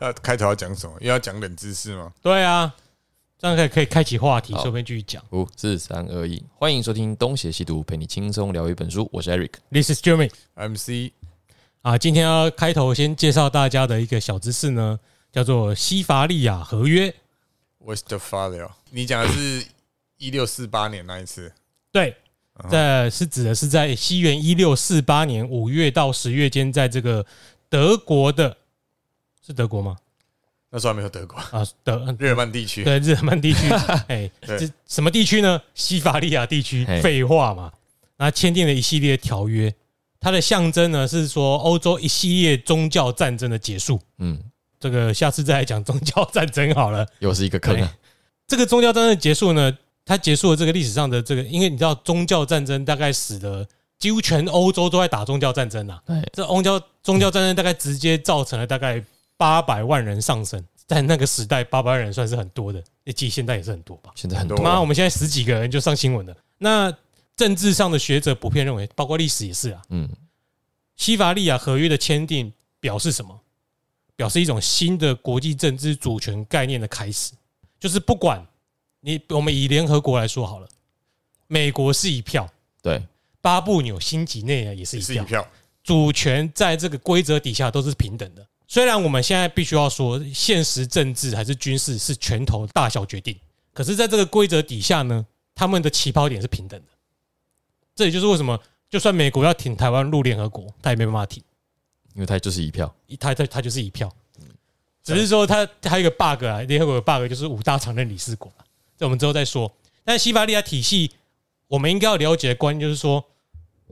要开头要讲什么？又要讲冷知识吗？对啊，这样可以可以开启话题，好顺便继续讲。五四三二一，欢迎收听《东邪西毒》，陪你轻松聊一本书。我是 Eric。 This is Jeremy MC 啊，今天要开头先介绍大家的一个小知识呢，叫做西法利亚合约。 West Falia，你讲的是一六四八年那一次，对，这是指的是在西元一六四八年五月到十月间，在这个德国的，是德国吗？那时候还没有德国， 啊，德日耳曼地区。对日耳曼地 区，哎，对这什么地区呢？西法利亚地区嘿，废话嘛。那签订了一系列条约，它的象征呢是说欧洲一系列宗教战争的结束。嗯，这个下次再来讲宗教战争好了。又是一个坑啊！哎这个宗教战争的结束呢，它结束了这个历史上的这个，因为你知道宗教战争大概使得几乎全欧洲都在打宗教战争啊。哎，这宗教宗教战争大概直接造成了大概八百万人丧生，在那个时代八百万人算是很多的，也其实现在也是很多吧。现在很多多妈，我们现在十几个人就上新闻了。那政治上的学者普遍认为，包括历史也是啊。嗯，西法利亚合约的签订表示什么？表示一种新的国际政治主权概念的开始，就是不管你，我们以联合国来说好了，美国是一票，对，巴布纽新几内亚也是也一是一票，票，主权在这个规则底下都是平等的。虽然我们现在必须要说，现实政治还是军事是拳头大小决定，可是在这个规则底下呢，他们的起跑点是平等的。这也就是为什么，就算美国要挺台湾入联合国，他也没办法挺，因为它就是一票，一他他他就是一票。只是说他还有一个 bug 啊，联合国有 bug 就是五大常任理事国啊这我们之后再说。但西法利亚体系，我们应该要了解的观念就是说，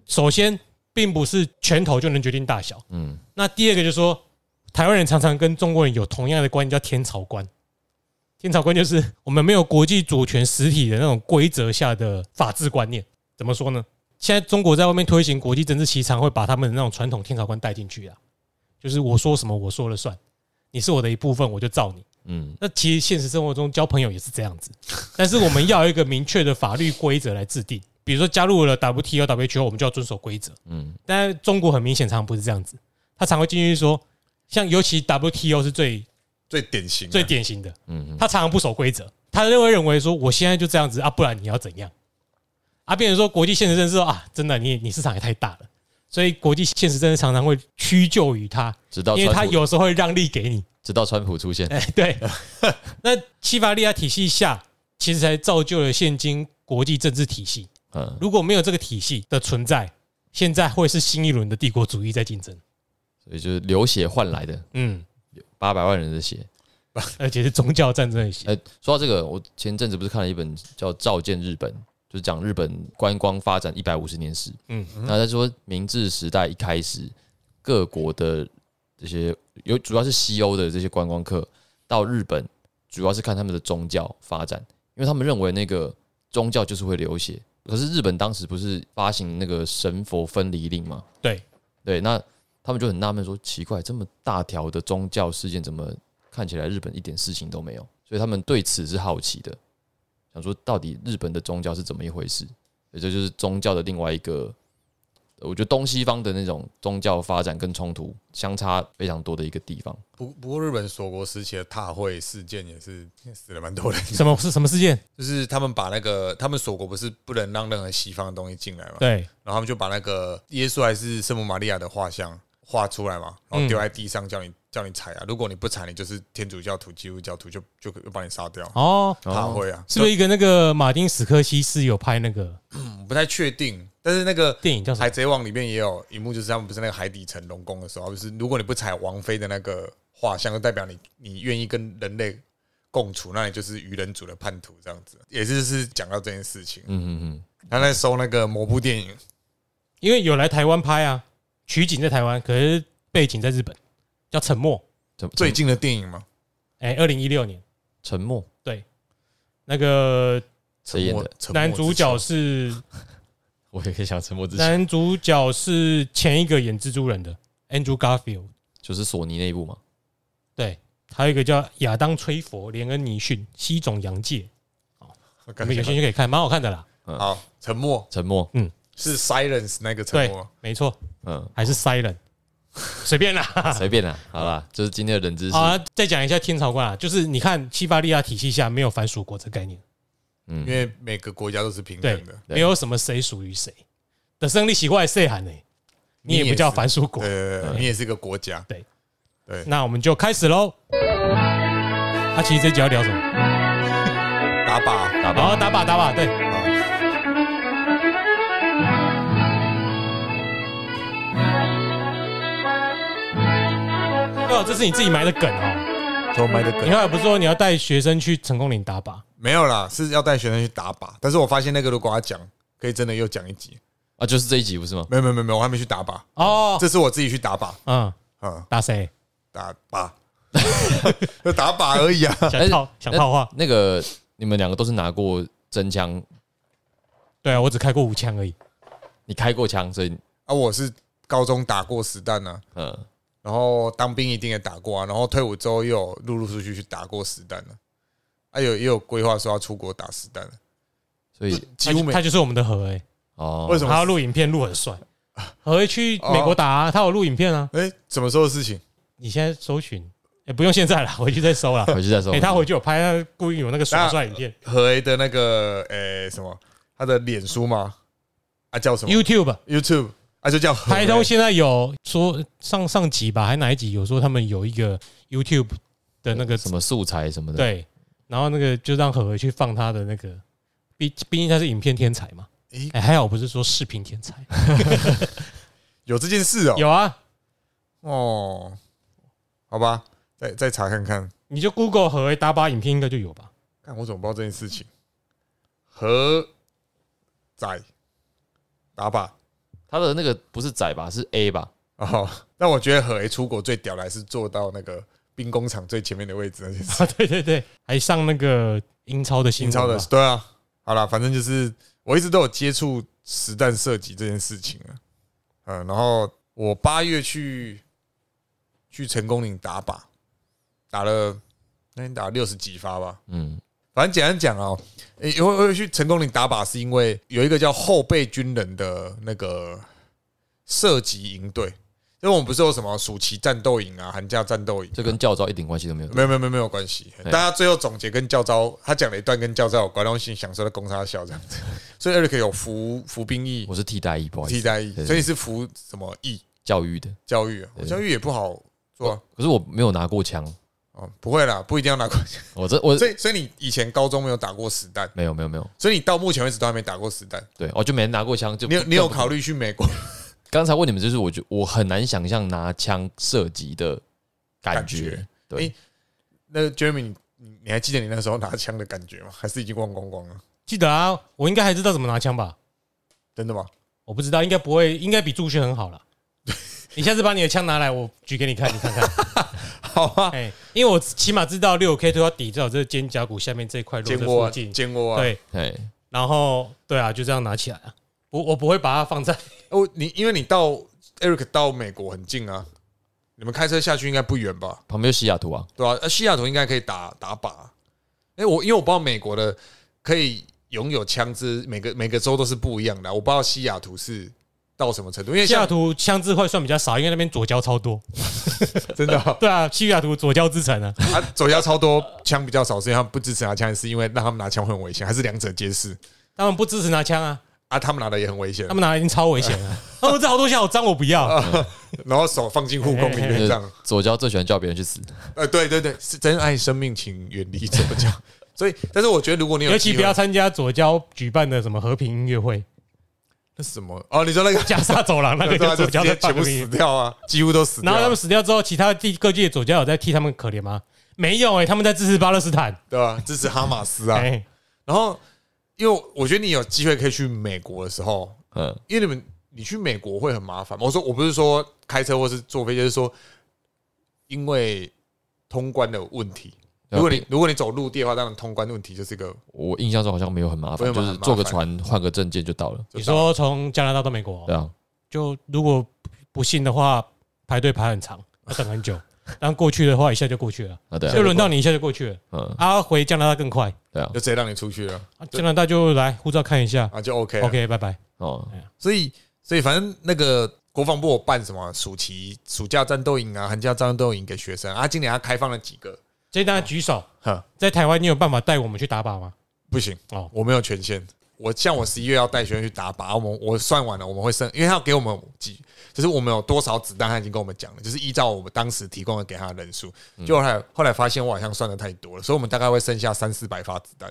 首先并不是拳头就能决定大小。嗯，那第二个就是说，台湾人常常跟中国人有同样的观念，叫天朝观。天朝观就是我们没有国际主权实体的那种规则下的法治观念。怎么说呢？现在中国在外面推行国际政治，其实常会把他们的那种传统天朝观带进去啊，就是我说什么我说了算，你是我的一部分，我就照你。嗯，那其实现实生活中交朋友也是这样子，但是我们要有一个明确的法律规则来制定。比如说加入了 WTO、WHO，我们就要遵守规则。嗯嗯，但中国很明显常常不是这样子，他常会进去说，像尤其 WTO 是最最典型的，最典型的，嗯嗯，他常常不守规则，他就会认为说，我现在就这样子啊，不然你要怎样？啊，变成说国际现实政治说啊，真的你你市场也太大了，所以国际现实政治常常会屈就于他，直到因为他川普，有时候会让利给你。直到川普出现，哎， 对。那西法利亚啊体系下，其实才造就了现今国际政治体系。嗯，如果没有这个体系的存在，现在会是新一轮的帝国主义在竞争。所以就是流血换来的嗯，八百万人的血。而且是宗教战争的戏。哎，说到这个，我前阵子不是看了一本叫《照见日本》，就是讲日本观光发展一百五十年史。嗯，那他说明治时代一开始，各国的这些有主要是西欧的这些观光客到日本，主要是看他们的宗教发展，因为他们认为那个宗教就是会流血。可是日本当时不是发行那个神佛分离令吗？对对，那他们就很纳闷说，奇怪，这么大条的宗教事件，怎么看起来日本一点事情都没有？所以他们对此是好奇的，想说到底日本的宗教是怎么一回事？也这就是宗教的另外一个，呃我觉得东西方的那种宗教发展跟冲突相差非常多的一个地方。不不过日本锁国时期的踏会事件也是死了蛮多人， 什么是什么事哎件？就是他们把那个他们锁国不是不能让任何西方的东西进来嘛，对，然后他们就把那个耶稣还是圣母玛利亚的画像画出来嗯嘛，然后丢在地上叫你叫你踩啊，如果你不踩，你就是天主教徒、基督教徒就就就把你杀掉。哦，他会啊，是不是一个那个马丁史科西斯有拍那个我不太确定，但是那个电影叫《什哎海么？贼王》里面也有一幕，就是他们不是那个海底城龙宫的时候，就是如果你不踩王妃的那个画像，就代表你你愿意跟人类共处，那你就是愚人族的叛徒这样子，也是是讲到这件事情。嗯嗯嗯，他在收那个某部电影，因为有来台湾拍啊，取景在台湾，可是背景在日本，叫《沉默》。怎么最近的电影嘛，哎，二零一六年沉默那个谁啊演的？沉默男主角是我也可以想沉默之前男主角是前一个演蜘蛛人的 Andrew Garfield，就是索尼那一部嘛。对，还有一个叫亚当·崔佛、连恩·尼逊、西种洋介，之你前，们有兴趣可以看，蛮好看的啦。好，沉默沉默，是 silence 那个沉默，没错，嗯，还是 Silent，随 便啦。随便啦，好啦，这是今天的冷知识好。啊，再讲一下天朝观啊，就是你看西法利亚体系下没有藩属国这概念，因嗯，为每个国家都是平对等的，，对没有什么谁属于谁的胜利习惯谁喊呢？你也不叫反藩属国对，对对，对你也是个国家，那我们就开始喽。啊，其实这集要聊什么？打靶。打好，吧，哦打靶打靶，对，啊对哦，这是你自己埋的梗哦。偷麦的你梗刚才不是说你要带学生去成功岭打靶？没有啦，是要带学生去打靶。但是我发现那个如果他讲，可以真的又讲一集。啊，就是这一集不是吗？没有没有没有没有，我还没去打靶，哦，这是我自己去打靶，嗯，嗯，打谁？打 靶，就打靶而已啊。想套想套话？那个你们两个都是拿过真枪，对啊，我只开过五枪而已。你开过枪，所以啊，我是高中打过实弹啊，嗯，然后当兵一定也打过啊，然后退伍之后又有陆陆续续去打过实弹了，啊有也有规划说要出国打实弹了，啊所以几乎没他就是我们的何哎，哦，为什他么？录影片录很帅。何哎去美国打啊，他有录影片啊。哎，什么时候的事情？你现在搜寻，也不用现在了，回去再搜啦。 回去再说哎，。他回去有拍，他故意有那个耍帅影片何 A 的那个诶什么？他的脸书吗？啊叫什么，YouTube。 ？YouTube 啊就叫何 A 台东现在有说上上集吧，还哪一集有说他们有一个 YouTube 的那个什么素材什么的，对，然后那个就让何何去放他的那个，毕毕竟他是影片天才嘛。诶哎，还好不是说视频天才，有这件事哦有啊，哦，好吧，再再查看看，你就 Google 何为打靶影片应该就有吧？ 看我怎么不知道这件事情？何仔打靶他的那个不是仔吧，是 A 吧？哦，但我觉得何 A 出国最屌的还是坐到那个兵工厂最前面的位置那件 事。啊，对对对，还上那个英超的新新超闻的吧对啊，好啦，反正就是我一直都有接触实弹射击这件事情啊，嗯，然后我八月去去成功岭打靶，打了那天打六十几发吧，嗯，反正简单讲哦，诶因为我去成功岭打靶是因为有一个叫后备军人的那个射击营队，因为我们不是有什么暑期战斗营啊、寒假战斗营，这跟教招一点关系都没有。没有没有没有没有关系。对大家最后总结跟教招，他讲了一段跟教招有关，然后我心里想说在攻他笑这样 子。所以 Eric 有服服兵役我是替代役，不好意替思，代役对，对所以是服什么役教育的。教育啊？对教育也不好做啊可是我没有拿过枪，哦，不会啦，不一定要拿过。我这我所以所以你以前高中没有打过实弹，没有没有没有，所以你到目前为止都还没打过实弹。对，哦我就没拿过枪。就你有你有考虑？虑去美国？ 刚才问你们，就是我觉我很难想象拿枪射击的感觉感。对诶，那 Jeremy，你你你还记得你那时候拿枪的感觉吗？还是已经忘光光了？记得啊，我应该还知道怎么拿枪吧？真的吗？我不知道，应该不会，应该比朱轩很好了。你下次把你的枪拿来，我举给你看，你看看。好啊，哎，因为我起码知道六 K 都要抵至少这肩胛骨下面这一块肉肩这窝附啊近。肩窝啊！对，哎，然后对啊，就这样拿起来啊。我我不会把它 放在哦，你因为你到 Eric 到美国很近啊，你们开车下去应该不远吧？旁边有西雅图啊，对吧、啊？西雅图应该可以打打靶。哎、我因为我不知道美国的可以拥有枪支，每个每个州都是不一样的啊、我不知道西雅图是到什么程度，因为西雅像图枪支会算比较少，因为那边左交超多。 真的啊，对啊，西雅图左交之城啊。他左家超多枪比较少，所以他们不支持拿枪，是因为让他们拿枪会很危险，还是两者皆是他们不支持拿枪啊，啊？他们拿的也很危险他，们拿已经超危 险了。他们这好多下好脏，我不要。啊然后手放进护弓里哎面这样。左交最喜欢叫别人去死。呃，对对对，是珍爱生命，请远离左家。 所以，但是我觉得如果你有尤其机不会要参加左交举办的什么和平音乐会、那什么？哦，你说那 个加沙走廊那对个就啊，就左直交在接办全和部平音死乐掉啊，几乎都死掉然后他啊们，死掉之后，其他地各界的左交有在替他们可怜吗？没有哎、他们在支持巴勒斯坦。对吧？支持哈马斯啊。哎，然后，因为我觉得你有机会可以去美国的时候，嗯，因为你们你去美国会很麻烦。我说我不是说开车或是坐飞机，就是说因为通关的问题。如果你如果你走陆地的话，当然通关问题就是一个我印象中好像没有很麻没有烦，就很麻是烦坐个船换个证件就到了。就你是说从加拿大到美哦国，对啊，就如果不信的话，排队排很长，要等很 久。然后过去的话，一下就过去了，啊对就啊，轮到你一下就过去了。嗯，啊，回加拿大更快，对啊就，直接让你出去了啊加拿大就来护照看一下。啊，就 OK 了 OK，拜拜。哦，所以所以反正那个国防部有办什么暑期暑假战斗营啊、寒假战斗营给学生啊，今年他开放了几个？所以大家举手，呵，在台湾你有办法带我们去打靶吗？不行哦我没有权限。我像我十一月要带学生去打靶，我们我算完了，我们会剩，因为他要给我们几，就是我们有多少子弹，他已经跟我们讲了，就是依照我们当时提供的给他的人数。就后来后来发现我好像算的太多了，所以我们大概会剩下三四百发子弹。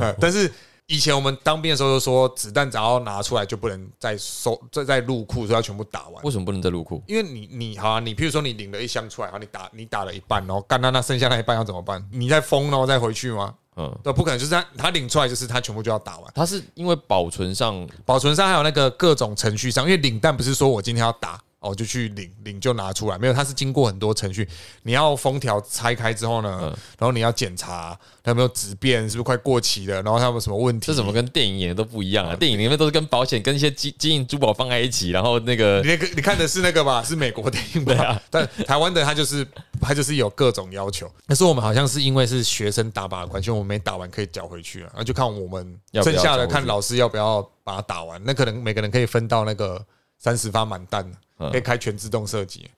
呃但是以前我们当兵的时候就说，子弹只要拿出来就不能再收，再再入库，就要全部打完。为什么不能在入库？因为你你好啊，你譬如说你领了一箱出来，然后你打你打了一半，然后干那那剩下那一半要怎么办？你再封然后再回去吗？嗯，对，不可能，就是他他领出来就是他全部就要打完。它是因为保存上保存上还有那个各种程序上，因为领弹不是说我今天要打哦就去领领就拿出来，没有，它是经过很多程序。你要封条拆开之后呢，嗯然后你要检查它有没有质变，是不是快过期了，然后它有没有什么问题？这怎么跟电影演的都不一样啊？哦电影里面都是跟保险、跟一些金金银珠宝放在一起，然后那个你那个你看的是那个吧？是美国电影吧？啊但台湾的它就是它就是有各种要求。但是我们好像是因为是学生打靶的关系，我们没打完可以缴回去啊，那就看我们要不剩要下缴的回去看老师要不要把它打完。那可能每个人可以分到那个三十发满弹，嗯可以开全自动射击。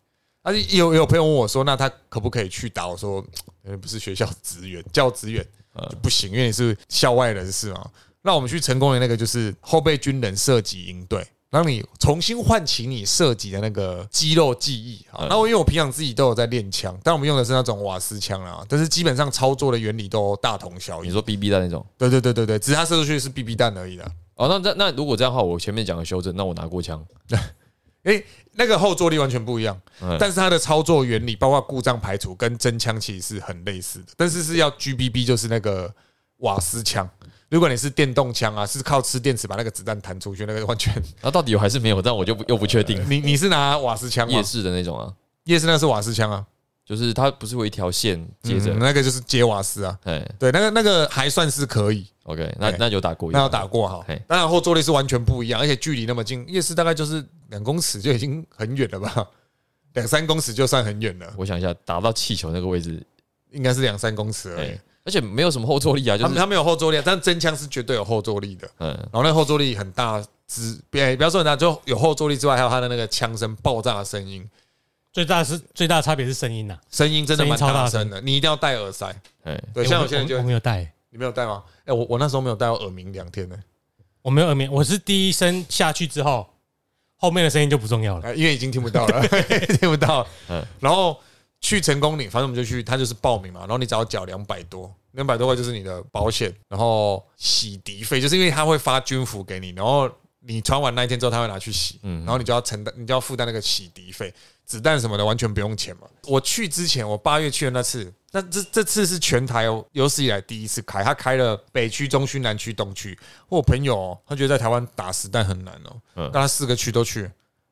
而且啊有有朋友问我说，那他可不可以去打？我说，呃不是学校职员，教职员嗯就不行，因为你是校外人士嘛。那我们去成功的那个就是后备军人射击营队，让你重新唤起你射击的那个肌肉记忆啊。嗯那我因为我平常自己都有在练枪，但我们用的是那种瓦斯枪啊，但是基本上操作的原理都大同小你异。说 BB 弹那种。对对对对对，只是它射出去是 BB 弹而已啦。哦，那那那如果这样的话，我前面讲的修正，那我拿过枪，诶，那个后坐力完全不一样，嗯但是它的操作原理，包括故障排除跟真枪其实是很类似的，但是是要 GBB，就是那个瓦斯枪。如果你是电动枪啊，是靠吃电池把那个子弹弹出去，那个完 全。那到底有还是没有？但我就不又不 确定。你你是拿瓦斯枪吗夜？市的那种啊，夜市那是瓦斯枪啊，就是它不是有一条线接着嗯？那个就是接瓦斯啊。哎对，那个那个还算是可以， ，OK，那哎那有打过一那下，要打过哈嘿。当然后坐力是完全不一样，而且距离那么近，夜市大概就是两公尺就已经很远了吧，两三公尺就算很远了，我想一下，打到气球那个位置，应该是两三公尺而已哎。，而且没有什么后坐力啊，就他们是他们有后坐力，但真枪是绝对有后坐力的。嗯，然后那后坐力很大，只别不要说很大，就有后坐力之外，还有它的那个枪声爆炸的声音，最大是最大的差别是声音啊呐。声音真的蛮声音超大声的。你一定要戴耳塞，哎，对，诶像我有些人我就我没有带，你没有戴吗？哎，我我那时候没有戴，我耳鸣两天呢，我没有耳鸣，我是第一声下去之后，后面的声音就不重要了。哎因为已经听不到了， 听不到了嗯。然后去成功岭，反正我们就去，他就是报名嘛，然后你只要缴两百多。两百多块就是你的保险，然后洗涤费，就是因为他会发军服给你，然后你穿完那一天之后，他会拿去洗，嗯然后你就要承担，你就要负担那个洗涤费，子弹什么的完全不用钱嘛。我去之前，我八月去的那次，那这这次是全台有有史以来第一次开，他开了北区、中区、南区、东区。我朋友、哦、他觉得在台湾打实弹很难哦，嗯但他四个区都去，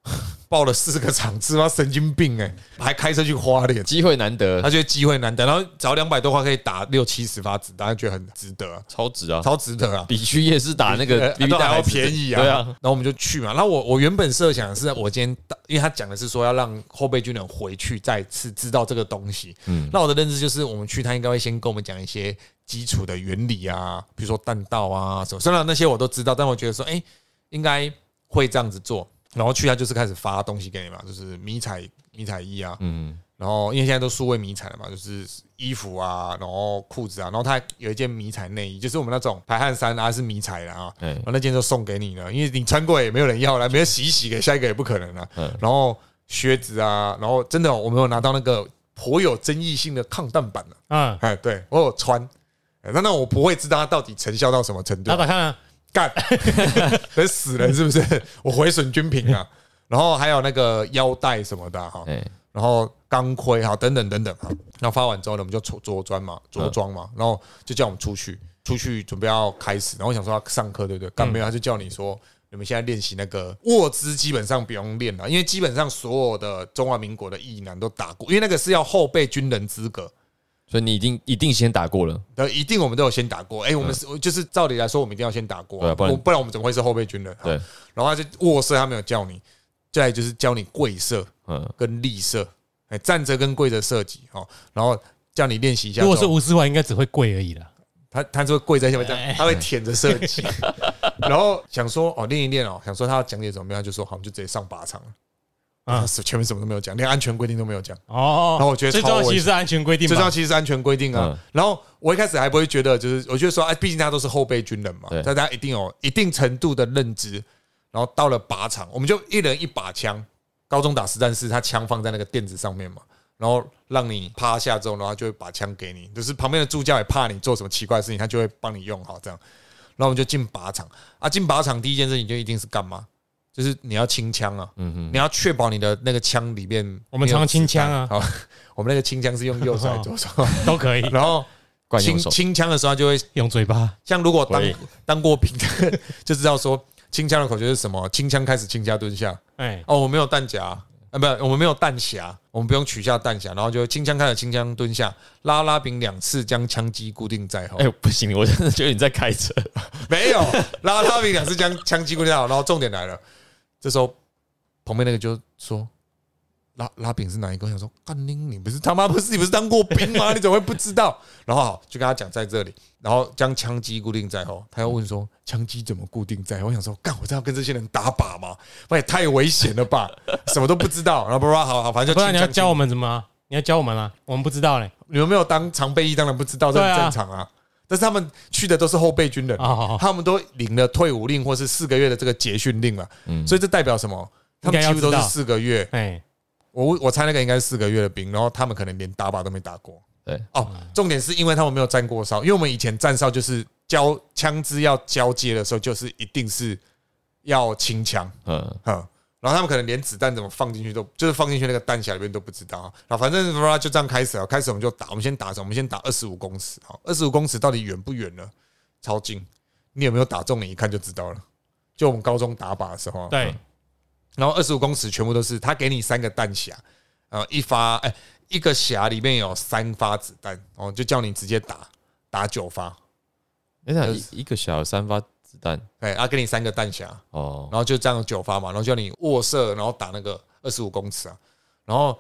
报了四个场次，他神经病哎、还开车去花莲。机会难得他，觉得机会难得，然后只要两百多块可以打六七十发子弹，他觉得很值得啊、超值啊，超值得啊！比去夜市打那个呃 BB 都弹还要值便宜啊！对啊，然后我们就去嘛。然后我我原本设想的是我今天到，因为他讲的是说要让后备军人回去再次知道这个东西。嗯那我的认知就是，我们去他应该会先跟我们讲一些基础的原理啊，比如说弹道啊什么。虽然那些我都知道，但我觉得说，哎、应该会这样子做。然后去他就是开始发东西给你嘛，就是迷彩迷彩衣啊，嗯，然后因为现在都数位迷彩了嘛，就是衣服啊，然后裤子啊，然后他有一件迷彩内衣，就是我们那种排汗衫啊是迷彩的啊，哎然后那件就送给你了，因为你穿过也没有人要了，没有洗一洗给下一个也不可能了嗯。然后靴子啊，然后真的我们有拿到那个颇有争议性的抗弹板了，嗯，哎，对我有穿。哎那那我不会知道它到底成效到什么程度打，打看啊，干， 很死人是不是？我毁损军品啊！然后还有那个腰带什么的啊哈、哎，然后钢盔哈等等等等哈。那发完之后呢，我们就着着装嗯嘛，着装嘛，然后就叫我们出去，出去准备要开始。然后我想说要上课嗯对不对？干没有，他就叫你说。你们现在练习那个卧姿，基本上不用练了，因为基本上所有的中华民国的役男都打过，因为那个是要后备军人资格，所以你一定一定先打过了，呃，一定我们都有先打过。哎、我们是、就是照理来说，我们一定要先打过、嗯对啊不然我不然我们怎么会是后备军人？对好，然后他就卧射，他没有教你，再来就是教你跪射嗯，跟立射，哎，站着跟跪着射击哦，然后叫你练习一下如之后。果是吴思华，应该只会跪而已啦。他他就会跪在下面这哎样，他会舔着射 击，然后想说哦练一练哦，想说他要讲解怎么样，他就说好，我们就直接上靶场了。啊他是前面什么都没有讲，连安全规定都没有讲。哦，然后我觉得最重超要危其险实是安全规定最重要吧，其实是安全规定啊嗯。然后我一开始还不会觉得，就是我觉得说，哎，毕竟大家都是后备军人嘛对，大家一定有一定程度的认知。然后到了靶场，我们就一人一把枪。高中打实战是他枪放在那个垫子上面嘛，然后让你趴下之后，然后他就会把枪给你。就是旁边的助教也怕你做什么奇怪的事情，他就会帮你用好这样。然后我们就进靶场啊，进靶场第一件事情就一定是干嘛？就是你要清枪啊，嗯哼，你要确保你的那个枪里面没有我们常清枪啊子弹好，我们那个清枪是用右手还是左手？ 都可以然后惯清用手，清枪的时候，他就会用嘴巴。像如果当喂当过兵的 就知道说清枪的口诀是什么：清枪开始，清下蹲下。哎，哦，我没有弹夹啊，不，我们没有弹匣，我们不用取下弹匣，然后就清枪开始，清枪蹲下，拉拉柄两次，将枪机固定在后哎、。不行，我真的觉得你在开车，没有拉拉柄两次，将枪机固定在后。然后重点来了，这时候旁边那个就说。拉拉柄是哪一个？我想说，干你，你不是他妈不是你不是当过兵吗？你怎么会不知道？然后好，就跟他讲在这里，然后将枪机固定在后。他又问说，枪机怎么固定在后？我想说，干，我这样跟这些人打靶吗？那也太危险了吧，什么都不知道。然后不知道，好好，反正就不然你要清枪教我们怎么啊？你要教我们啊？我们不知道嘞。你们没有当常备役，当然不知道，这对很啊正常啊。但是他们去的都是后备军人，啊哦好好他们都领了退伍令或是四个月的这个结训令了，嗯，所以这代表什么？他们应该几要乎都是知道四个月，哎，我我猜那个应该是四个月的兵，然后他们可能连打靶都没打过。对，哦，嗯重点是因为他们没有站过哨，因为我们以前站哨就是交枪支要交接的时候，就是一定是要清枪，嗯，嗯，然后他们可能连子弹怎么放进去都，就是放进去那个弹匣里面都不知道啊。然后反正啦就这样开始啊，开始我们就打，我们先打什么？我们先打二十五公尺啊，二十五公尺到底远不远呢？超近，你有没有打中？你一看就知道了。就我们高中打靶的时候啊，对，然后二十五公尺全部都是他给你三个弹匣，呃，一发哎、一个匣里面有三发子弹，哦，就叫你直接打打九发，哎、那一一个小三发子弹，哎，他、给你三个弹匣，哦，然后就这样九发嘛，然后叫你握射，然后打那个二十五公尺啊，然后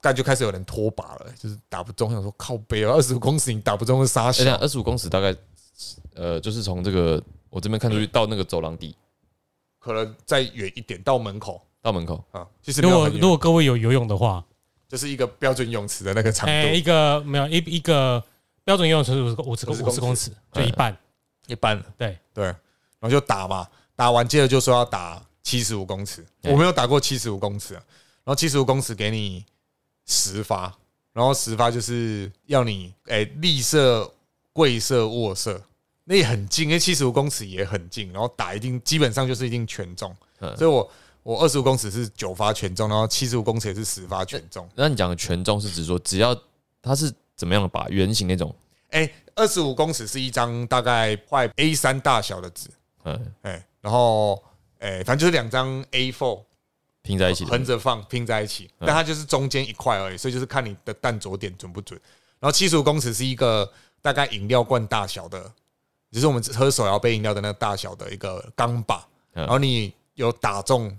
干就开始有人脱靶了，就是打不中，想说靠背啊，二十五公尺你打不中是杀哎、小那，二十五公尺大概，呃，就是从这个我这边看出去到那个走廊底，可能再远一点到门口到门口，啊，其实没如有果很远如果各位有游泳的话，就是一个标准泳池的那个长哎，一度，个没有一一个标准游泳池五十公五十公50五十公尺，就一半。一般对，对，然后就打嘛，打完接着就说要打七十五公尺，对我没有打过七十五公尺啊、然后七十五公尺给你十发，然后十发就是要你哎、立射、跪射、卧射，那也很近，因为七十五公尺也很近，然后打一定基本上就是一定全中，嗯所以我我二十五公尺是九发全中，然后七十五公尺也是十发全中，那你讲的全中是指说，只要它是怎么样的靶，圆形那种，哎、二十五公尺是一张大概快 A 三大小的纸，嗯，哎、然后哎、反正就是两张 A4 拼在一起的，嗯横着放拼在一起，但它就是中间一块而已，所以就是看你的弹着点准不准。然后七十五公尺是一个大概饮料罐大小的，就是我们喝手摇杯饮料的那个大小的一个钢靶，嗯然后你有打中，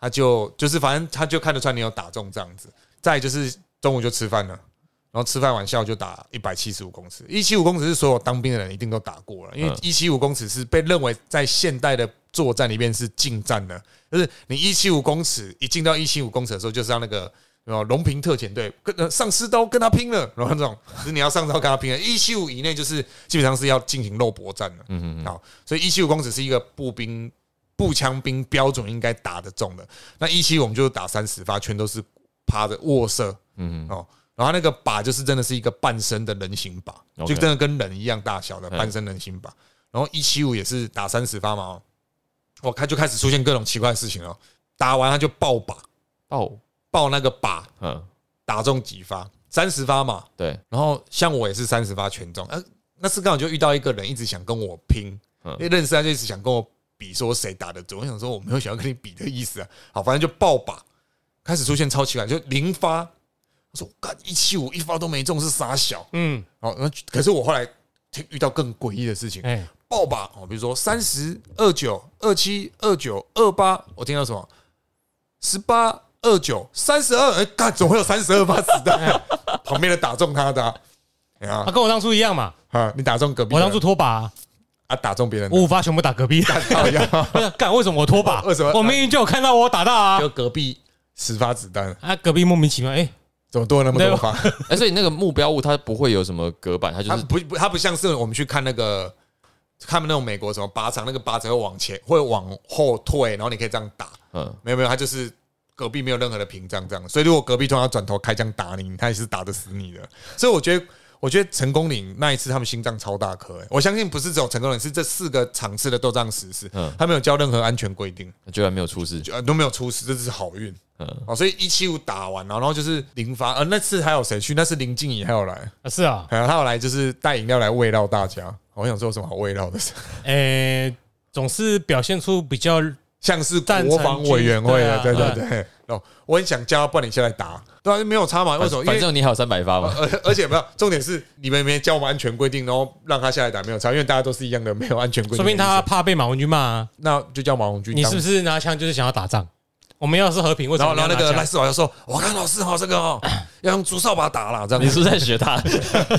它就就是反正它就看得出来你有打中这样子。再来就是中午就吃饭了，然后吃饭完下午就打一百七十五公尺，一七五公尺是所有当兵的人一定都打过了，因为嗯一七五公尺是被认为在现代的作战里面是近战的，就是你一七五公尺一进到一七五公尺的时候，就是让那个呃龙平特遣队跟呃上司都跟他拼了，然后那种就是你要上刀跟他拼了，一七五以内就是基本上是要进行肉搏战了。嗯嗯嗯，好，所以一七五公尺是一个步兵步枪兵标准应该打得中的。那一七我们就打三十发，全都是趴着卧射嗯嗯，哦。然后那个靶就是真的是一个半身的人形靶， OK 就真的跟人一样大小的嗯半身人形靶。然后一 E 七五也是打三十发嘛，哦，我开就开始出现各种奇怪的事情了。打完他就爆靶，爆，爆那个靶嗯，打中几发，三十发嘛。对，然后像我也是三十发全中，呃，那次刚好就遇到一个人一直想跟我拼，嗯因为认识他就一直想跟我比说谁打得准。我想说我没有想要跟你比的意思啊，好，反正就爆靶，开始出现超奇怪，就零发。我说干一七五一发都没中是傻小，嗯，好，那可是我后来听遇到更诡异的事情，哎，爆靶哦，比如说三十二九、二七、二九、二八，我听到什么十八、二九、三十二，哎，干总会有三十二发子弹， 旁边的打中他的啊，哎呀啊，跟我当初一样嘛。啊，你打中隔壁的，我当初拖把，啊打中别人的，哎我五发全部打隔壁。靠腰 不是干为什么我拖把？为什么我明明就有看到我打到啊就！隔壁十发子弹，啊，隔壁莫名其妙，哎、怎么多了那么多发？哎、所以那个目标物它不会有什么隔板，它就它是不不，它不像是我们去看那个看那种美国什么靶场，那个靶场会往前会往后退，然后你可以这样打。嗯，没有没有，它就是隔壁没有任何的屏障这样。所以如果隔壁突然要转头开枪打你，他也是打得死你的。所以我觉得。我觉得成功岭那一次他们心脏超大颗、欸，我相信不是只有成功岭，是这四个场次的都这样实施，嗯他没有教任何安全规定，居然没有出事，就呃都没有出事，这是好运。嗯哦，所以一七五打完，然后就是零发，呃，那次还有谁去？那是林静怡还有来，啊是啊，然后他有来就是带饮料来慰劳大家。我想说有什么好慰劳的？哎、总是表现出比较像是战国防场委员会啊，对军对对啊对。哦，我很想叫他，不然你先来打，对啊，就没有差嘛？为什哦么？因反为正你还有三百发嘛，而 而且没有，重点是你们没教我们安全规定，然后让他下来打没有差，因为大家都是一样的，没有安全规定。说明他怕被马文军骂、啊。那就叫马红军当。你是不是拿枪就是想要打仗？我们要是和平，为什然么后，你然后要那拿个赖枪？世豪就说：“我看老师哈，这个哦，要用竹扫把打啦，这样你是子不是在 学他？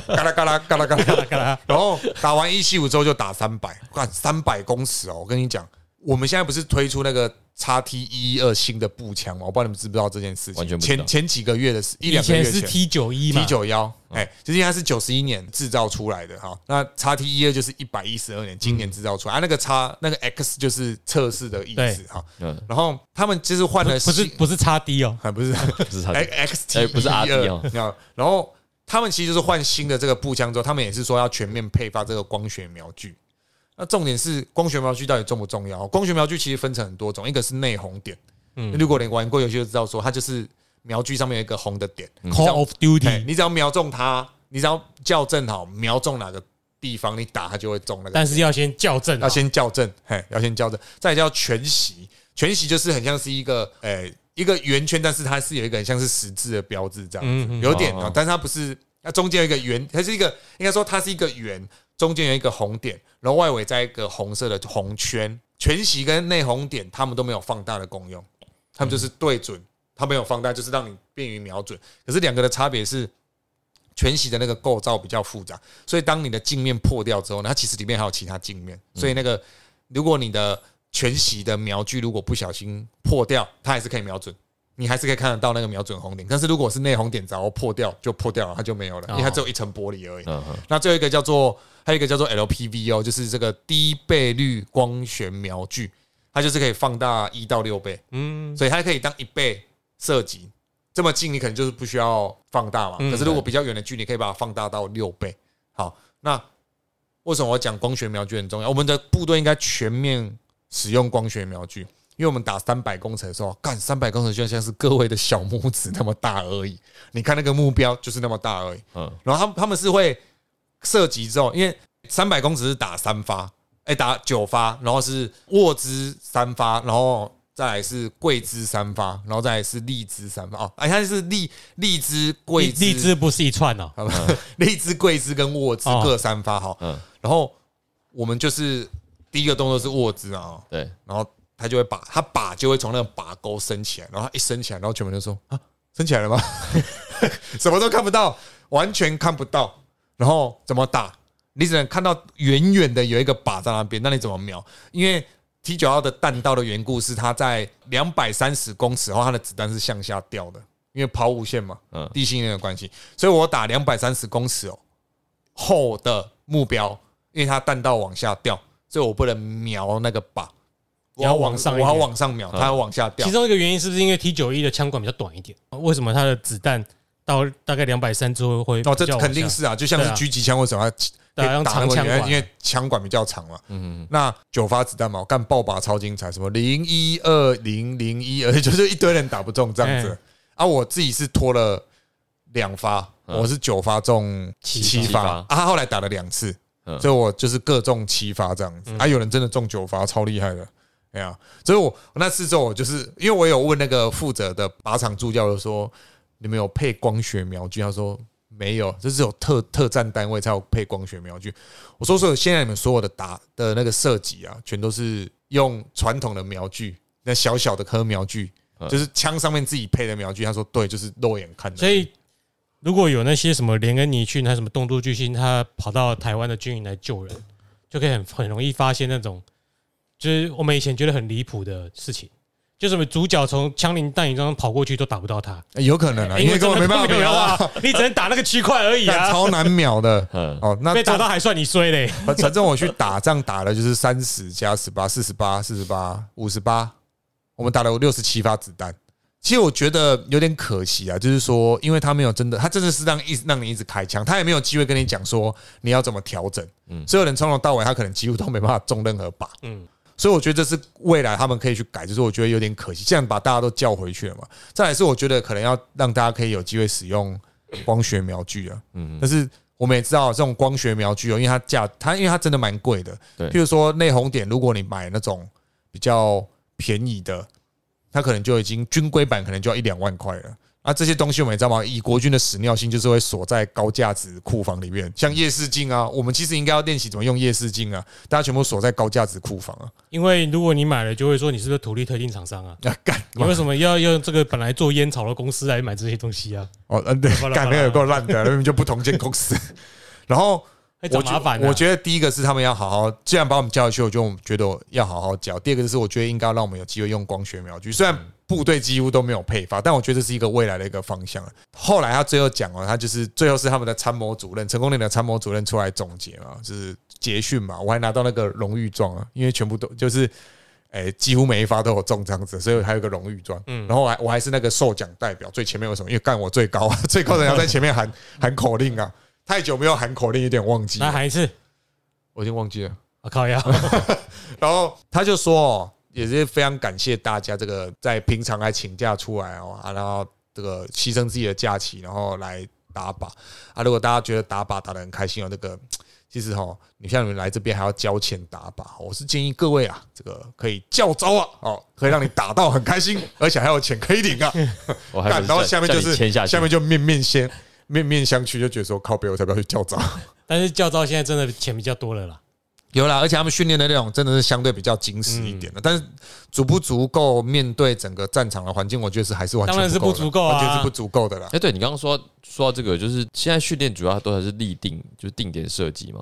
嘎啦嘎啦嘎啦嘎啦嘎啦干啦然后打完一七五之后就打三百，干三百公尺哦！我跟你讲，我们现在不是推出那个叉 T 一一二新的步枪吗？我不知道你们知不知道这件事情。完全不知道前前几个月的事，一以两个月前是 T 九一嘛 T 九幺，哎，就是因为它是九十一年制造出来的哈。那叉 T 一二就是一百一十二年，今年制造出来。啊，那个叉那个 X 就是测试的意思对哈。嗯，然后他们就是换不了不是新不是叉 D 哦， 啊，不是不是他 X T，E 哎不是 RD 哦然后他们其实就是换新的这个步枪之后，他们也是说要全面配发这个光学瞄具。那重点是光学瞄具到底重不重要？光学瞄具其实分成很多种，一个是内红点，嗯，如果你玩过游戏就知道，说它就是瞄具上面有一个红的点，嗯《Call of Duty 哎》，你只要瞄中它，你只要校正好瞄中哪个地方，你打它就会中那个但是要先校正好，哦啊要先校正，嘿，要先校正，再来叫全息。全息就是很像是一个，诶、一个圆圈，但是它是有一个很像是十字的标志这样子，嗯嗯有点哦啊哦，但是它不是，它中间有一个圆，它是一个，应该说它是一个圆，中间有一个红点，然后外围再一个红色的红圈。全息跟内红点，他们都没有放大的功用，他们就是对准，它没有放大，就是让你便于瞄准。可是两个的差别是，全息的那个构造比较复杂，所以当你的镜面破掉之后呢，它其实里面还有其他镜面，所以那个如果你的全息的瞄具如果不小心破掉，它还是可以瞄准，你还是可以看得到那个瞄准红点。但是如果是内红点，只要破掉就破掉了，它就没有了，因为它只有一层玻璃而已。嗯哼，那最后一个叫做，还有一个叫做 LPV 哦，就是这个低倍率光学瞄具，它就是可以放大一到六倍，嗯，所以它可以当一倍射击。这么近，你可能就是不需要放大嘛。嗯可是如果比较远的距离，可以把它放大到六倍。好，那为什么我讲光学瞄具很重要？我们的部队应该全面使用光学瞄具，因为我们打三百公尺的时候，干三百公尺就像是各位的小拇指那么大而已。你看那个目标就是那么大而已。嗯，然后他们他们是会射击之后，因为三百公尺是打三发，哎、打九发，然后是卧姿三发，然后再来是跪姿三发，然后再来是立姿三发哦，哎，它是立立姿、跪荔姿、荔枝不是一串哦，好吧， 立姿、跪姿跟卧姿哦各三发好，嗯然后我们就是第一个动作是卧姿啊、哦对，然后他就会把他把就会从那个把钩升起来，然后他一升起来，然后全部人就说啊，升起来了吗？ 什么都看不到，完全看不到，然后怎么打？你只能看到远远的有一个靶在那边，那你怎么瞄？因为 T 九幺的弹道的缘故是它在两百三十公尺后，它的子弹是向下掉的，因为抛物线嘛，嗯地心引力的关系，所以我打两百三十公尺哦后的目标，因为它弹道往下掉，所以我不能瞄那个靶，我你要往上一我要点往上瞄，它要往下掉其。中一个原因是不是因为 T 九一的枪管比较短一点？为什么它的子弹到大概两百三之后会哦，这比较往肯定下是啊，就像是对啊狙击枪为什么要对可啊以用打那么长枪远管因为枪管比较长嘛。嗯嗯那九发子弹嘛，我干爆靶超精彩，什么零一二零零一二，就是一堆人打不中这样子嗯。啊，我自己是拖了两发，嗯我是九发中七七发发，啊，他后来打了两次，嗯所以我就是各中七发这样子。嗯啊，有人真的中九发，超厉害的。哎呀，所以我那次之后，我就是因为我有问那个负责的靶场助教的说，你们有配光学瞄具？他说没有，这只有特特战单位才有配光学瞄具。我说所有现在你们所有的打的那个射击啊，全都是用传统的瞄具，那小小的颗瞄具，嗯就是枪上面自己配的瞄具。他说对，就是肉眼看的。所以如果有那些什么连恩尼逊，他什么动作巨星，他跑到台湾的军营来救人，就可以很很容易发现那种，就是我们以前觉得很离谱的事情，就什么主角从枪林弹雨中跑过去都打不到他，欸有可能啊，因为根本根本没办法瞄瞄啊，啊，你只能打那个区块而已干啊。超难秒的。嗯，哦，那被打这到还算你衰嘞，反 反正我去打仗打的就是三十加十八、四十八、四十八、五十八，我们打了六十七发子弹。其实我觉得有点可惜啊，就是说，因为他没有真的，他真的是让一直让你一直开枪，他也没有机会跟你讲说你要怎么调整。嗯，所有人从头到尾，他可能几乎都没办法中任何 靶。嗯嗯，所以我觉得这是未来他们可以去改，就是我觉得有点可惜，这样把大家都叫回去了嘛。再来是我觉得可能要让大家可以有机会使用光学瞄具啊，嗯，但是我们也知道这种光学瞄具哦，因为它价它因为它真的蛮贵的，对譬如说内红点，如果你买那种比较便宜的，它可能就已经军规版可能就要一两万块了。啊，这些东西我们也知道嘛，以国军的屎尿性就是会锁在高价值库房里面，像夜视镜啊，我们其实应该要练习怎么用夜视镜啊，大家全部锁在高价值库房啊，因为如果你买了，就会说你是不是土地特定厂商啊？啊干你为什么要用这个本来做烟草的公司来买这些东西啊？哦，嗯对，巴拉巴拉干那个有够烂的，那边就不同间公司，然后会找我觉麻烦、啊我觉得第一个是他们要好好，既然把我们叫回去，我觉得我们觉得要好好教。第二个就是我觉得应该要让我们有机会用光学瞄具，虽然部队几乎都没有配发，但我觉得这是一个未来的一个方向。啊后来他最后讲哦，他就是最后是他们的参谋主任成功岭的参谋主任出来总结嘛，就是捷训嘛，我还拿到那个荣誉状啊，因为全部都就是。诶、几乎每一发都有中这样子，所以还有一个荣誉状。嗯，然后我还我还是那个受奖代表，最前面为什么？因为干我最高啊，最高的人要在前面喊喊口令啊，太久没有喊口令，有点忘记了。来喊一次，我已经忘记了。我、靠呀！然后他就说，哦，也是非常感谢大家这个在平常还请假出来哦，啊，然后这个牺牲自己的假期，然后来打靶啊。如果大家觉得打靶打得很开心哦，这个其实哦，你像你们来这边还要交钱打靶，我是建议各位啊，这个可以叫招啊，哦，可以让你打到很开心， 而且还有钱可以领啊。我还以为干是然后叫下面就叫你是签下去，面就面面相面面相觑，就觉得说靠北我才不要去叫招。但是教招现在真的钱比较多了啦，有啦，而且他们训练的内容真的是相对比较紧实一嗯点的，但是足不足够面对整个战场的环境，我觉得是还是完全当然是不不足足够够的，啊完全是不足够的啦。哎，对你刚刚说说到这个，就是现在训练主要都还是立定，就是定点射击嘛。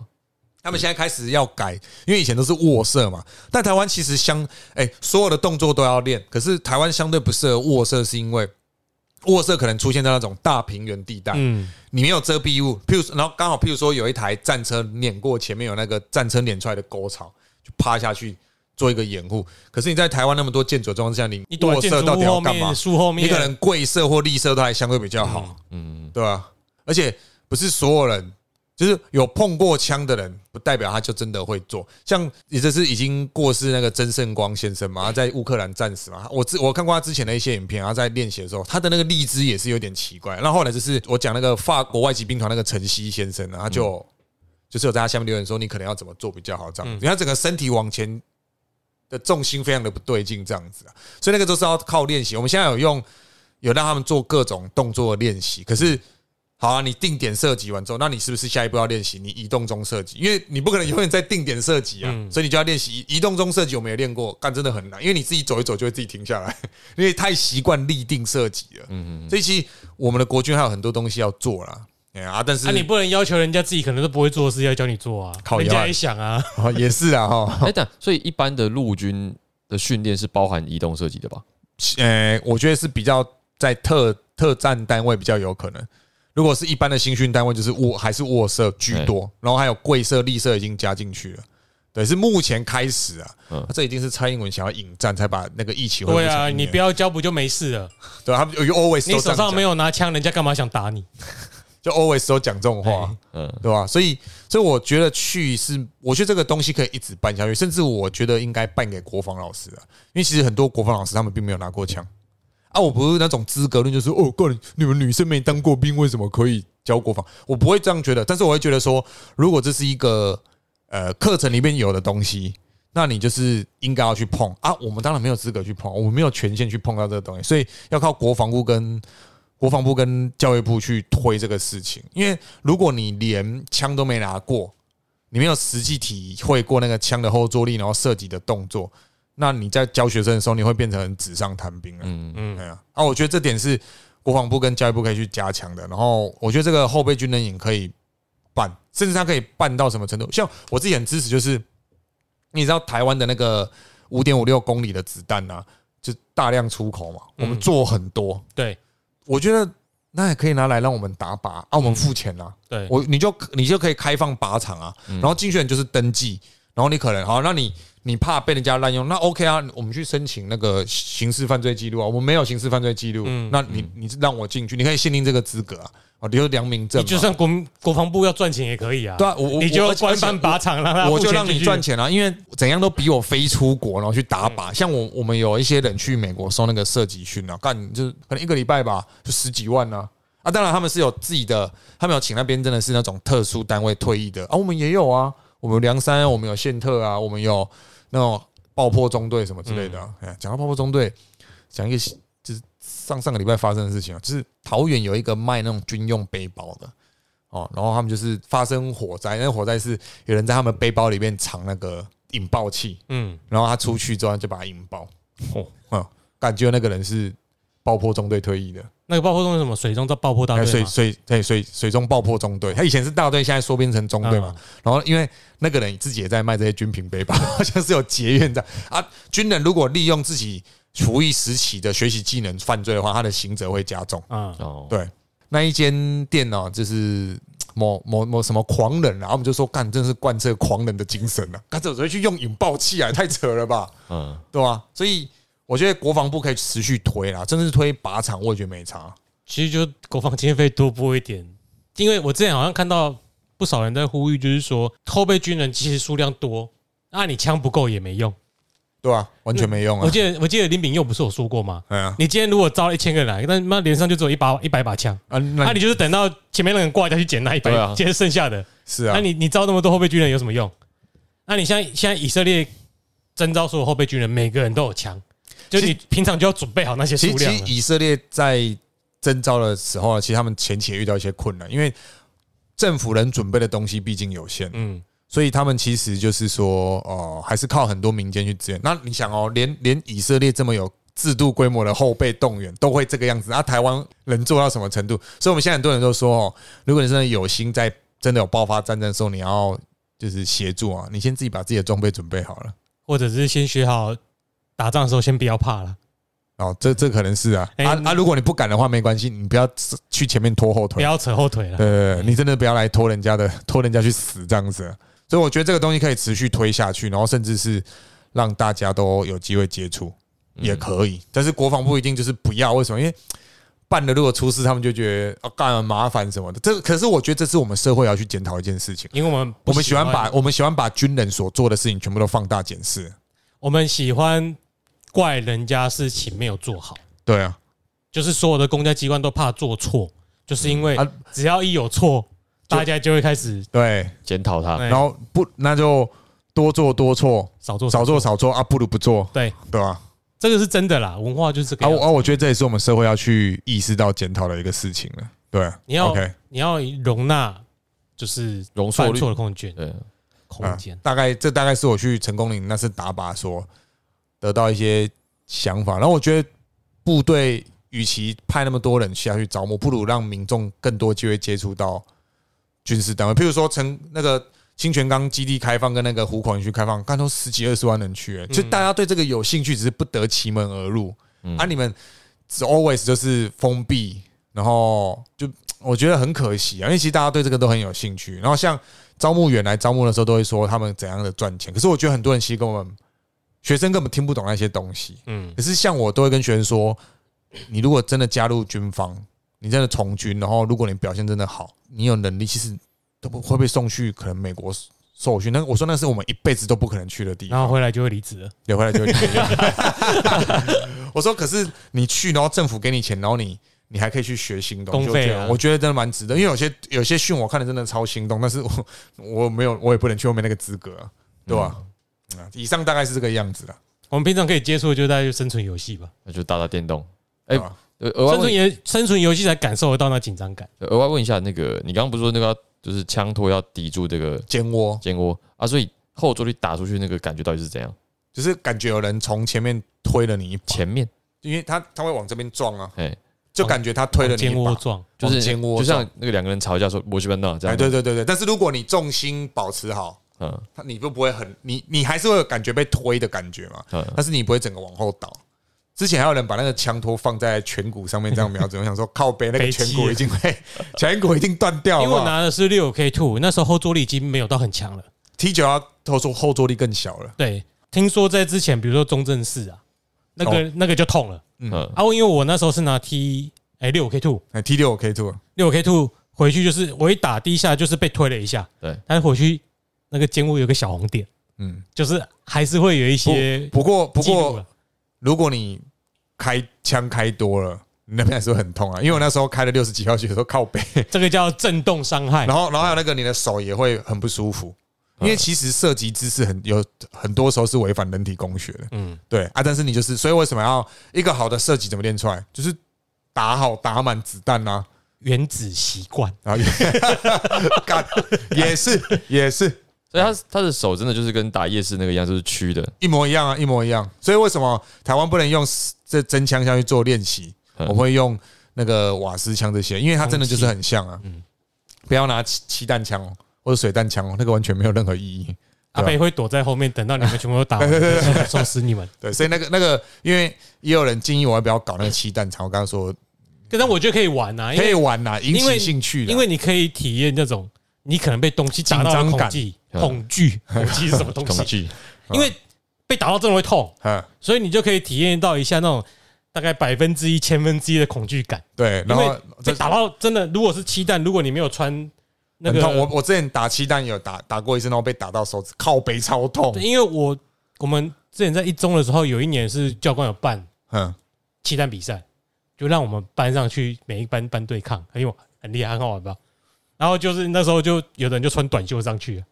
他们现在开始要改，因为以前都是卧射嘛，但台湾其实相哎、所有的动作都要练，可是台湾相对不适合卧射，是因为卧射可能出现在那种大平原地带，嗯，你没有遮蔽物，譬如说然后刚好譬如说有一台战车碾过前面有那个战车碾出来的沟槽，就趴下去做一个掩护。可是你在台湾那么多建筑的状况之下，你你躲卧在建射筑到底物要后干嘛面、？树后面，啊你可能贵色或绿色都还相对比较好，嗯，对吧、啊而且不是所有人，就是有碰过枪的人，不代表他就真的会做。像你这是已经过世那个曾胜光先生嘛，他在乌克兰战死嘛，我之我看过他之前的一些影片，他在练习的时候，他的那个荔枝也是有点奇怪。那后来就是我讲那个法国外籍兵团那个陈曦先生啊，他就。就是有在他下面留言说，你可能要怎么做比较好，这样子，因为他整个身体往前的重心非常的不对劲，这样子啊，所以那个都是要靠练习。我们现在有用有让他们做各种动作的练习，可是好啊，你定点射击完之后，那你是不是下一步要练习你移动中射击？因为你不可能永远在定点射击啊，所以你就要练习移动中射击。我们也练过，但真的很难，因为你自己走一走就会自己停下来， 因为太习惯立定射击了。嗯嗯，所以其实我们的国军还有很多东西要做啦。哎呀啊，但是啊，你不能要求人家自己可能都不会做的事要教你做啊靠，人腰啊家也想啊，哦 也是啊哈，哎，但所以一般的陆军的训练是包含移动射击的吧？呃，我觉得是比较在特特战单位比较有可能。如果是一般的新训单位，就是卧还是卧射居多，然后还有贵射、立射已经加进去了。对，是目前开始啊，嗯这一定是蔡英文想要引战，才把那个疫情恢复对啊，成一你年不要教不就没事了？对，他们有 always 你都这手样上讲没，有拿枪，人家干嘛想打你？就 always 都讲这种话啊，嗯，对吧？所以，所以我觉得去是，我觉得这个东西可以一直办下去，甚至我觉得应该办给国防老师啊，因为其实很多国防老师他们并没有拿过枪啊，我不是那种资格论，就是哦，个人你们女生没当过兵，为什么可以教国防？我不会这样觉得，但是我会觉得说，如果这是一个呃课程里面有的东西。那你就是应该要去碰啊！我们当然没有资格去碰，我们没有权限去碰到这个东西，所以要靠国防部跟国防部跟教育部去推这个事情。因为如果你连枪都没拿过，你没有实际体会过那个枪的后坐力，然后射击的动作，那你在教学生的时候，你会变成纸上谈兵了。嗯嗯，对啊。啊，我觉得这点是国防部跟教育部可以去加强的。然后，我觉得这个后备军人营可以办，甚至它可以办到什么程度？像我自己很支持，就是你知道台湾的那个五点五六公里的子弹啊，就大量出口嘛，我嗯们做很多，对我觉得那也可以拿来让我们打靶啊，我们付钱啦、嗯对，嗯我你就你就可以开放靶场啊，然后竞选就是登记，然后你可能好，那你你怕被人家滥用，那 OK 啊，我们去申请那个刑事犯罪记录啊，我们没有刑事犯罪记录，嗯那你你让我进去，你可以限定这个资格啊，哦，留良民证你嘛，就算国国防部要赚钱也可以啊。对啊，我我你就我而且官方靶场让他我付就钱让进你去赚钱啊，因为怎样都比我飞出国然后去打靶。嗯像我我们有一些人去美国受那个射击训啊，干就是可能一个礼拜吧，就十几万呢、啊。啊，当然他们是有自己的，他们有请那边真的是那种特殊单位退役的啊，我们也有啊，我们有梁山，我们有宪特啊，我们有那种爆破中队什么之类的啊、嗯哎，讲到爆破中队，讲一个就是上上个礼拜发生的事情啊，就是桃园有一个卖那种军用背包的哦，然后他们就是发生火灾，那火灾是有人在他们背包里面藏那个引爆器，嗯，然后他出去之后他就把它引爆，哦，嗯，感觉那个人是爆破中队退役的，那个爆破中是什么？水中到爆破大哎队水嘛水对水水中爆破中队，他以前是大队，现在缩编成中队嘛，嗯然后因为那个人自己也在卖这些军品背包， 好像是有结怨的啊。军人如果利用自己服役时期的学习技能犯罪的话，他的刑责会加重。啊，哦，对那一间店呢、就是某某某什么狂人啊，然后我们就说干，真是贯彻狂人的精神了、啊。干这我直接去用引爆器啊，也太扯了吧，嗯，对吧、所以我觉得国防部可以持续推啦，甚至推靶场，我也觉得没差。其实就国防经费多拨一点，因为我之前好像看到不少人在呼吁，就是说后备军人其实数量多，那你枪不够也没用。对吧、完全没用我啊！记得我记得林炳佑不是有说过吗？哎呀，你今天如果招了一千个人来，但妈连上就只有一把一百把枪，啊，那那你就是等到前面那个人挂掉去捡那一百对啊，捡剩下的。是那啊，你你招那么多后备军人有什么用？那你像现在以色列征召所有后备军人，每个人都有枪，就其你平常就要准备好那些其数实其量实了。以色列在征召的时候呢，啊其实他们前期也遇到一些困难，因为政府能准备的东西毕竟有限，嗯，所以他们其实就是说，哦、还是靠很多民间去支援。那你想哦，连连以色列这么有制度规模的后备动员都会这个样子，那、啊台湾能做到什么程度？所以我们现在很多人都说，哦，如果你真的有心在真的有爆发战争的时候，你要就是协助啊，你先自己把自己的装备准备好了。或者是先学好打仗的时候先不要怕了，哦，这这可能是啊，哎啊你啊！如果你不敢的话，没关系，你不要去前面拖后不腿。要扯后腿了。对对对，你真的不要来拖人家的， 拖人家去死这样子。所以我觉得这个东西可以持续推下去，然后甚至是让大家都有机会接触也可以。但是国防部一定就是不要，为什么？因为办的如果出事，他们就觉得啊干麻烦什么的。这可是我觉得这是我们社会要去检讨一件事情。因为我们不我们喜欢把我们喜欢把军人所做的事情全部都放大检视。我们喜欢怪人家事情没有做好，对啊，就是所有的公家机关都怕做错，就是因为啊只要一有错，就大家就会开始对，检讨他，哎然后不那就多做多错，少做少做。少做啊，不如不做，对，对吧、这个是真的啦，文化就是这个啊，样我子。啊，我觉得这也是我们社会要去意识到、检讨的一个事情了。对，啊你要 OK，你要容纳就是容错犯率错，的空间，对，空间。啊大概这大概是我去成功岭那次打靶所得到一些想法。然后我觉得部队与其派那么多人下去招募，不如让民众更多机会接触到军事单位，譬如说成那个。清泉岗基地开放跟那个湖口园区开放，看都十几二十万人去、欸，就嗯大家对这个有兴趣，只是不得其门而入。嗯啊，你们只 always 就是封闭，然后就我觉得很可惜啊，因为其实大家对这个都很有兴趣。然后像招募员来招募的时候，都会说他们怎样的赚钱，可是我觉得很多人其实跟我们学生根本听不懂那些东西。嗯，可是像我都会跟学生说，你如果真的加入军方，你真的从军，然后如果你表现真的好，你有能力，其实都不会被送去可能美国受训。那我说那是我们一辈子都不可能去的地方然。后回来就会离职了。留回来就会怎样？ 我说，可是你去，然后政府给你钱，然后你你还可以去学新东西，公费我啊觉得我觉得真的蛮值得。因为有些有些训我看的真的超心动，但是我我没有，我也不能去后面那个资格、啊，对吧、嗯啊以上大概是这个样子了，我们平常可以接触的就是大概就生存游戏吧，那就打打电动。对哎吧？呃额外生存问，也生存游戏才感受得到那紧张感。额外问一下，那个你刚刚不是说那个要就是枪托要抵住这个肩窝肩窝啊？所以后坐力打出去那个感觉到底是怎样？就是感觉有人从前面推了你一把，前面因为他他会往这边撞啊，哎，就感觉他推了你肩一窝把，撞，就往是肩窝就撞像那个两个人吵架说我去班长这哎，样，对对对对。但是如果你重心保持好，嗯他你就不会很你你还是会有感觉被推的感觉嘛，嗯但是你不会整个往后倒。之前还有人把那个枪托放在颧骨上面这样瞄准，我 想说靠背那个北极颧骨已经 被 颧骨已经断掉因为我了。拿的是六 K two，那时候后坐力已经没有到很强了。 T 九 R 后坐后坐力更小了，对，听说在之前，比如说中正式啊，那哦个、那个就痛了嗯，啊。因为我那时候是拿 T 哎六 K two 哎 T 六 K two 六 K two 回去，就是我一打第一下就是被推了一下，对，但是回去那个肩部有个小红点，嗯，就是还是会有一些不过不记录啊过了如果你开枪开多了，你那边还是会很痛啊，因为我那时候开了六十几号血，说靠背，这个叫震动伤害然。后然后还有那个你的手也会很不舒服，因为其实射击姿势很有很多时候是违反人体工学的，嗯，对啊，但是你就是，所以为什么要一个好的射击怎么练出来？就是打好打满子弹啊，原子习惯，然后也 干也是也是所以他他的手真的就是跟打夜市那个一样，就是曲的，一模一样啊，一模一样。所以为什么台湾不能用这真枪下去做练习？我嗯们会用那个瓦斯枪这些，因为它真的就是很像啊。不要拿气气弹枪哦，或者水弹枪哦，那个完全没有任何意义。阿对啊北会躲在后面，等到你们全部都打完，就是收拾你们。对，所以那个那个，因为也有人建议我要不要搞那个气弹枪。我刚刚说可是我觉得可以玩啊，因可以为玩呐、引因为起兴趣啦因为你可以体验那种你可能被东西打到的紧张恐感惧、嗯恐惧、恐惧是什么 东恐西？惧，因为被打到真的会痛，嗯，所以你就可以体验到一下那种大概百分之一、千分之一的恐惧感。对，然因后为被打到真的，如果是气弹，如果你没有穿那很个，痛。我我之前打气弹有打打过一次，然后被打到手指靠背超痛对。因为我我们之前在一中的时候，有一年是教官有办嗯，气弹比赛，就让我们班上去每一班班对抗，很有很厉害，很好玩吧。然后就是那时候就有的人就穿短袖上去了，啊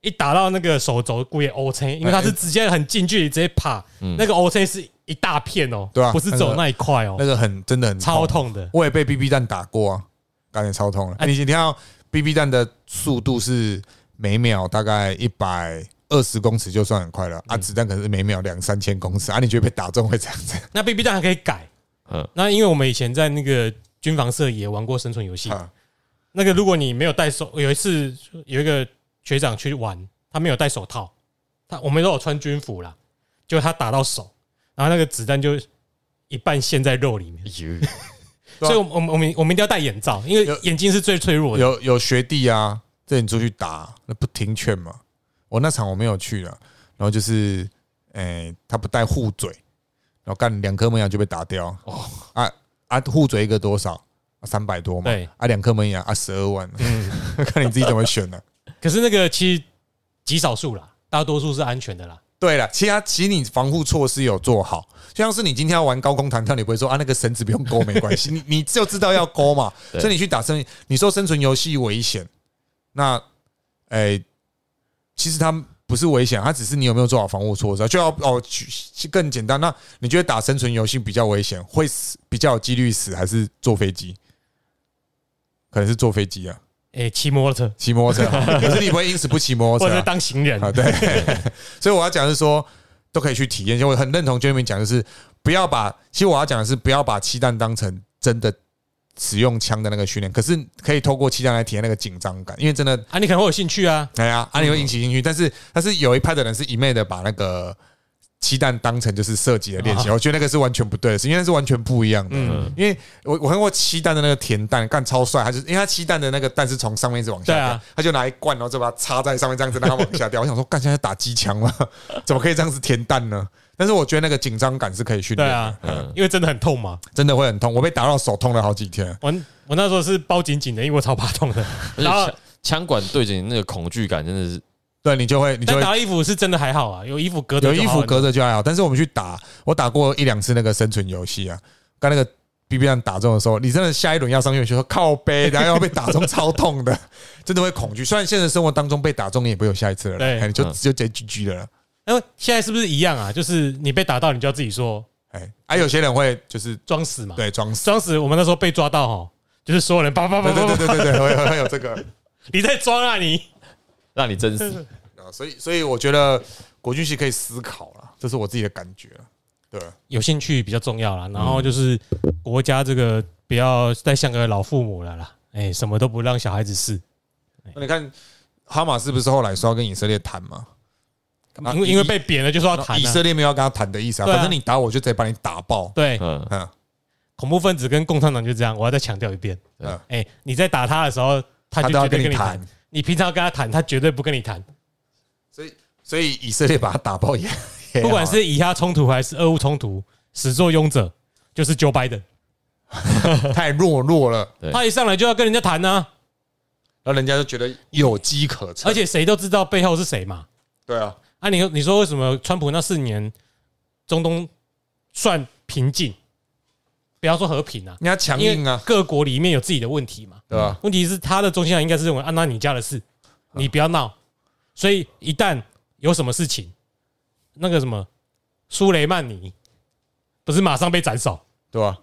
一打到那个手肘，故意 O C，因为他是直接很近距离直接爬，嗯那个 O C 是一大片哦，对啊不是走那一块哦那，个很真的很超。痛啊的。我也被 BB 弹打过啊，感觉超痛了。你你看到 BB 弹的速度是每秒大概一百二十公尺，就算很快了嗯啊。子弹可是每秒两三千公尺啊，你觉得被打中会这样子？那 BB 弹还可以改，嗯，那因为我们以前在那个军防社也玩过生存游戏，啊那个如果你没有戴手，有一次有一个学长去玩，他没有戴手套，他我们都有穿军服啦，就他打到手，然后那个子弹就一半陷在肉里面，对啊所以我们我们我们我们一定要戴眼罩，因为有眼睛是最脆弱的。有有学弟啊，这你出去打，那不听劝嘛。我那场我没有去了，然后就是，诶、他不带护嘴，然后干两颗门牙就被打掉。哦，啊啊，护嘴一个多少？三百多嘛。对啊，两颗门牙啊，十二万。 看你自己怎么选啊了、可是那个其实极少数啦，大多数是安全的啦。对了，其他其实你防护措施有做好，就像是你今天要玩高空弹跳，你不会说啊那个绳子不用勾没关 系，你你就知道要勾嘛，对所以你去打生，你说生存游戏危险，那诶、其实它不是危险，它只是你有没有做好防护措施啊，就要哦举更简单，那你觉得打生存游戏比较危险，会死比较有几率死，还是坐飞机？可能是坐飞机啊，诶，骑摩托车骑摩托车啊， 可是你不会因此不骑摩托或车、者啊是，当行人，啊，对，所以我要讲的是说，都可以去体验一下。我很认同 Jeremy 讲的是，不要把，其实我要讲的是，不要把气弹当成真的使用枪的那个训练，可是可以透过气弹来体验那个紧张感，因为真的，啊，你可能会有兴趣啊。哎呀，啊，你会引起兴趣，但是但是有一派的人是一昧的把那个。气弹当成就是射击的练习，我觉得那个是完全不对的事，因为那是完全不一样的。啊嗯，因为我我看过七蛋的那个甜蛋，干超帅，他就是因为他七蛋的那个蛋是从上面一直往下对掉，啊他就拿一罐，然后就把它插在上面，这样子让它往 下掉。我想说，干现在打机枪了， 怎么可以这样子甜蛋呢？但是我觉得那个紧张感是可以训对练，啊，嗯因为真的很痛嘛。真的会很痛。我被打到手痛了好几天，我我那时候是包紧紧的，因为我超怕痛的。而且然后枪枪管对着你那个恐惧感真的是，对你就会你就但会打到衣服是真的还好啊，有衣服隔着有就衣好服很多隔着就还好，但是我们去打，我打过一两次那个生存游戏啊，跟那个 B B 弹打中的时候，你真的下一轮要上去就说靠背，然后要被打中超痛 的，真的会恐惧。虽然现实生活当中被打中你也不会有下一次了啦，对哎你就嗯就直接 G G 了啦。因为现在是不是一样啊？就是你被打到，你就要自己说哎，啊，有些人会就是装死嘛。，对装 死，装死。我们那时候被抓到哦，就是所有人叭叭叭对叭对叭，对对对对，会会会有这个你在装啊你。让你真 死。啊，所以所以我觉得国军系可以思考啦，这是我自己的感觉啦对，有兴趣比较重要啦，然后就是国家这个不要再像个老父母了啦，哎，什么都不让小孩子试。那你看哈马斯不是后来说要跟以色列谈吗？干嘛因为因为被贬了就说要谈以啊、色列没有要跟他谈的意思啊，对啊反正你打我就直接把你打爆。对，嗯，嗯，恐怖分子跟共产党就这样，我要再强调一遍。对啊哎、你在打他的时候，他就都要绝对跟跟你你谈谈。，你平常跟他谈，他绝对不跟你谈。所以所以以色列把他打爆也，也好啊 不管是以哈冲突还是俄乌冲突，始作俑者就是 Joe Biden，太懦弱了，对他一上来就要跟人家谈呢、然后人家就觉得有机可乘，而且谁都知道背后是谁嘛。对啊，啊你，你说为什么川普那四年中东算平静？不要说和平啊，人家强因硬为啊，各国里面有自己的问题嘛。对啊吧？问题是他的中心上应该是认为啊，那你家的事，你不要闹。所以一旦有什么事情，那个什么苏雷曼尼不是马上被斩首？对啊吧？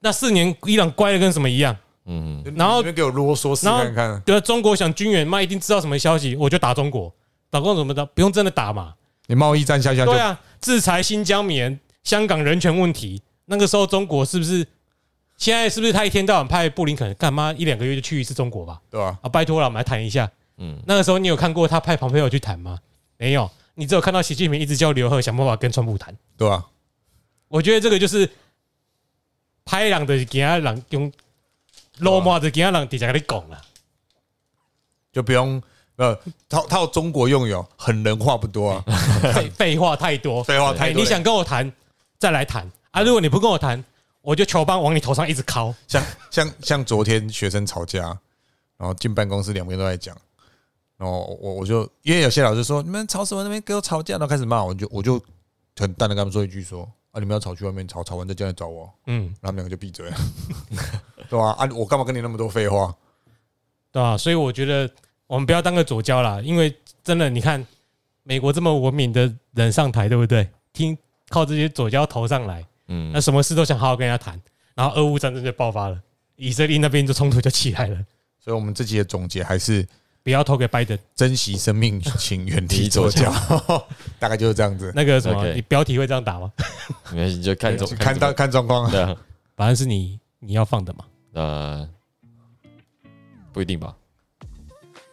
那四年伊朗乖的跟什么一样？嗯，然后你们给我啰嗦试然后看看，对啊，中国想军援嘛，一定知道什么消息，我就打中国，打中国怎么的？不用真的打嘛。你贸易战下下就对啊，制裁新疆棉、香港人权问题，那个时候中国是不是？现在是不是他一天到晚派布林肯干嘛？一两个月就去一次中国吧？对吧？啊，拜托了，我们来谈一下。嗯嗯，那个时候你有看过他派旁朋友去谈吗？没有，你只有看到习近平一直叫刘鹤想办法跟川普谈。对啊吧？我觉得这个就是拍人的给他人用落马的给他人底下跟你讲啊。就不用呃，套套中国用语哦，狠人话不多 啊，废废话太多，废话太多哎你想跟我谈，再来谈啊！如果你不跟我谈，我就球棒往你头上一直敲。像像像昨天学生吵架，然后进办公室两边都在讲，然后我我就因为有些老师说你们吵什么那边给我吵架，然后开始骂我，就我就很淡的跟他们说一句说啊你们要吵去外面吵，吵完再进来找我，嗯，然后他们两个就闭嘴了， 对吧、啊？我干嘛跟你那么多废话？对吧、所以我觉得我们不要当个左交啦，因为真的，你看美国这么文明的人上台，对不对？听靠这些左交投上来，嗯那什么事都想好好跟人家谈，然后俄乌战争就爆发了，以色列那边就冲突就起来了。所以我们这期的总结还是不要投给拜登，珍惜生命， 请远离左脚， 大概就是这样子。 那个什么 OK 你标题会这样打吗？没关系，你就看中看到看状 况，对啊，反正是你你要放的嘛。呃，不一定吧？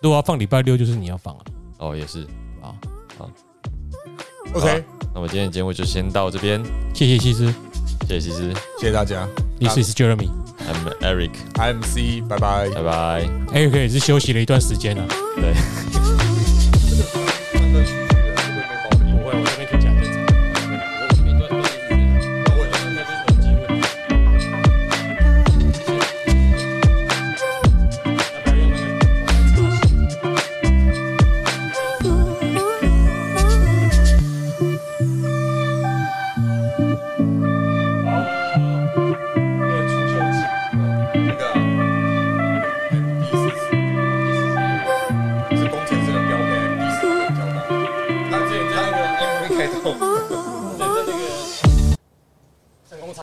如果要放礼拜六，就是你要放啊。哦，也是。好， OK，那么今天的节目就先到这边，谢谢西施，谢谢西施谢谢大家你是是 Jeremy。 ，I'm Eric， ，MC，拜拜。拜拜。 Eric 也是休息了一段时间了、啊。对。 不会，我这边可以讲正常。那个呃第四次，是工程师的标配，第四次标配。他之前在那个 M V K 中。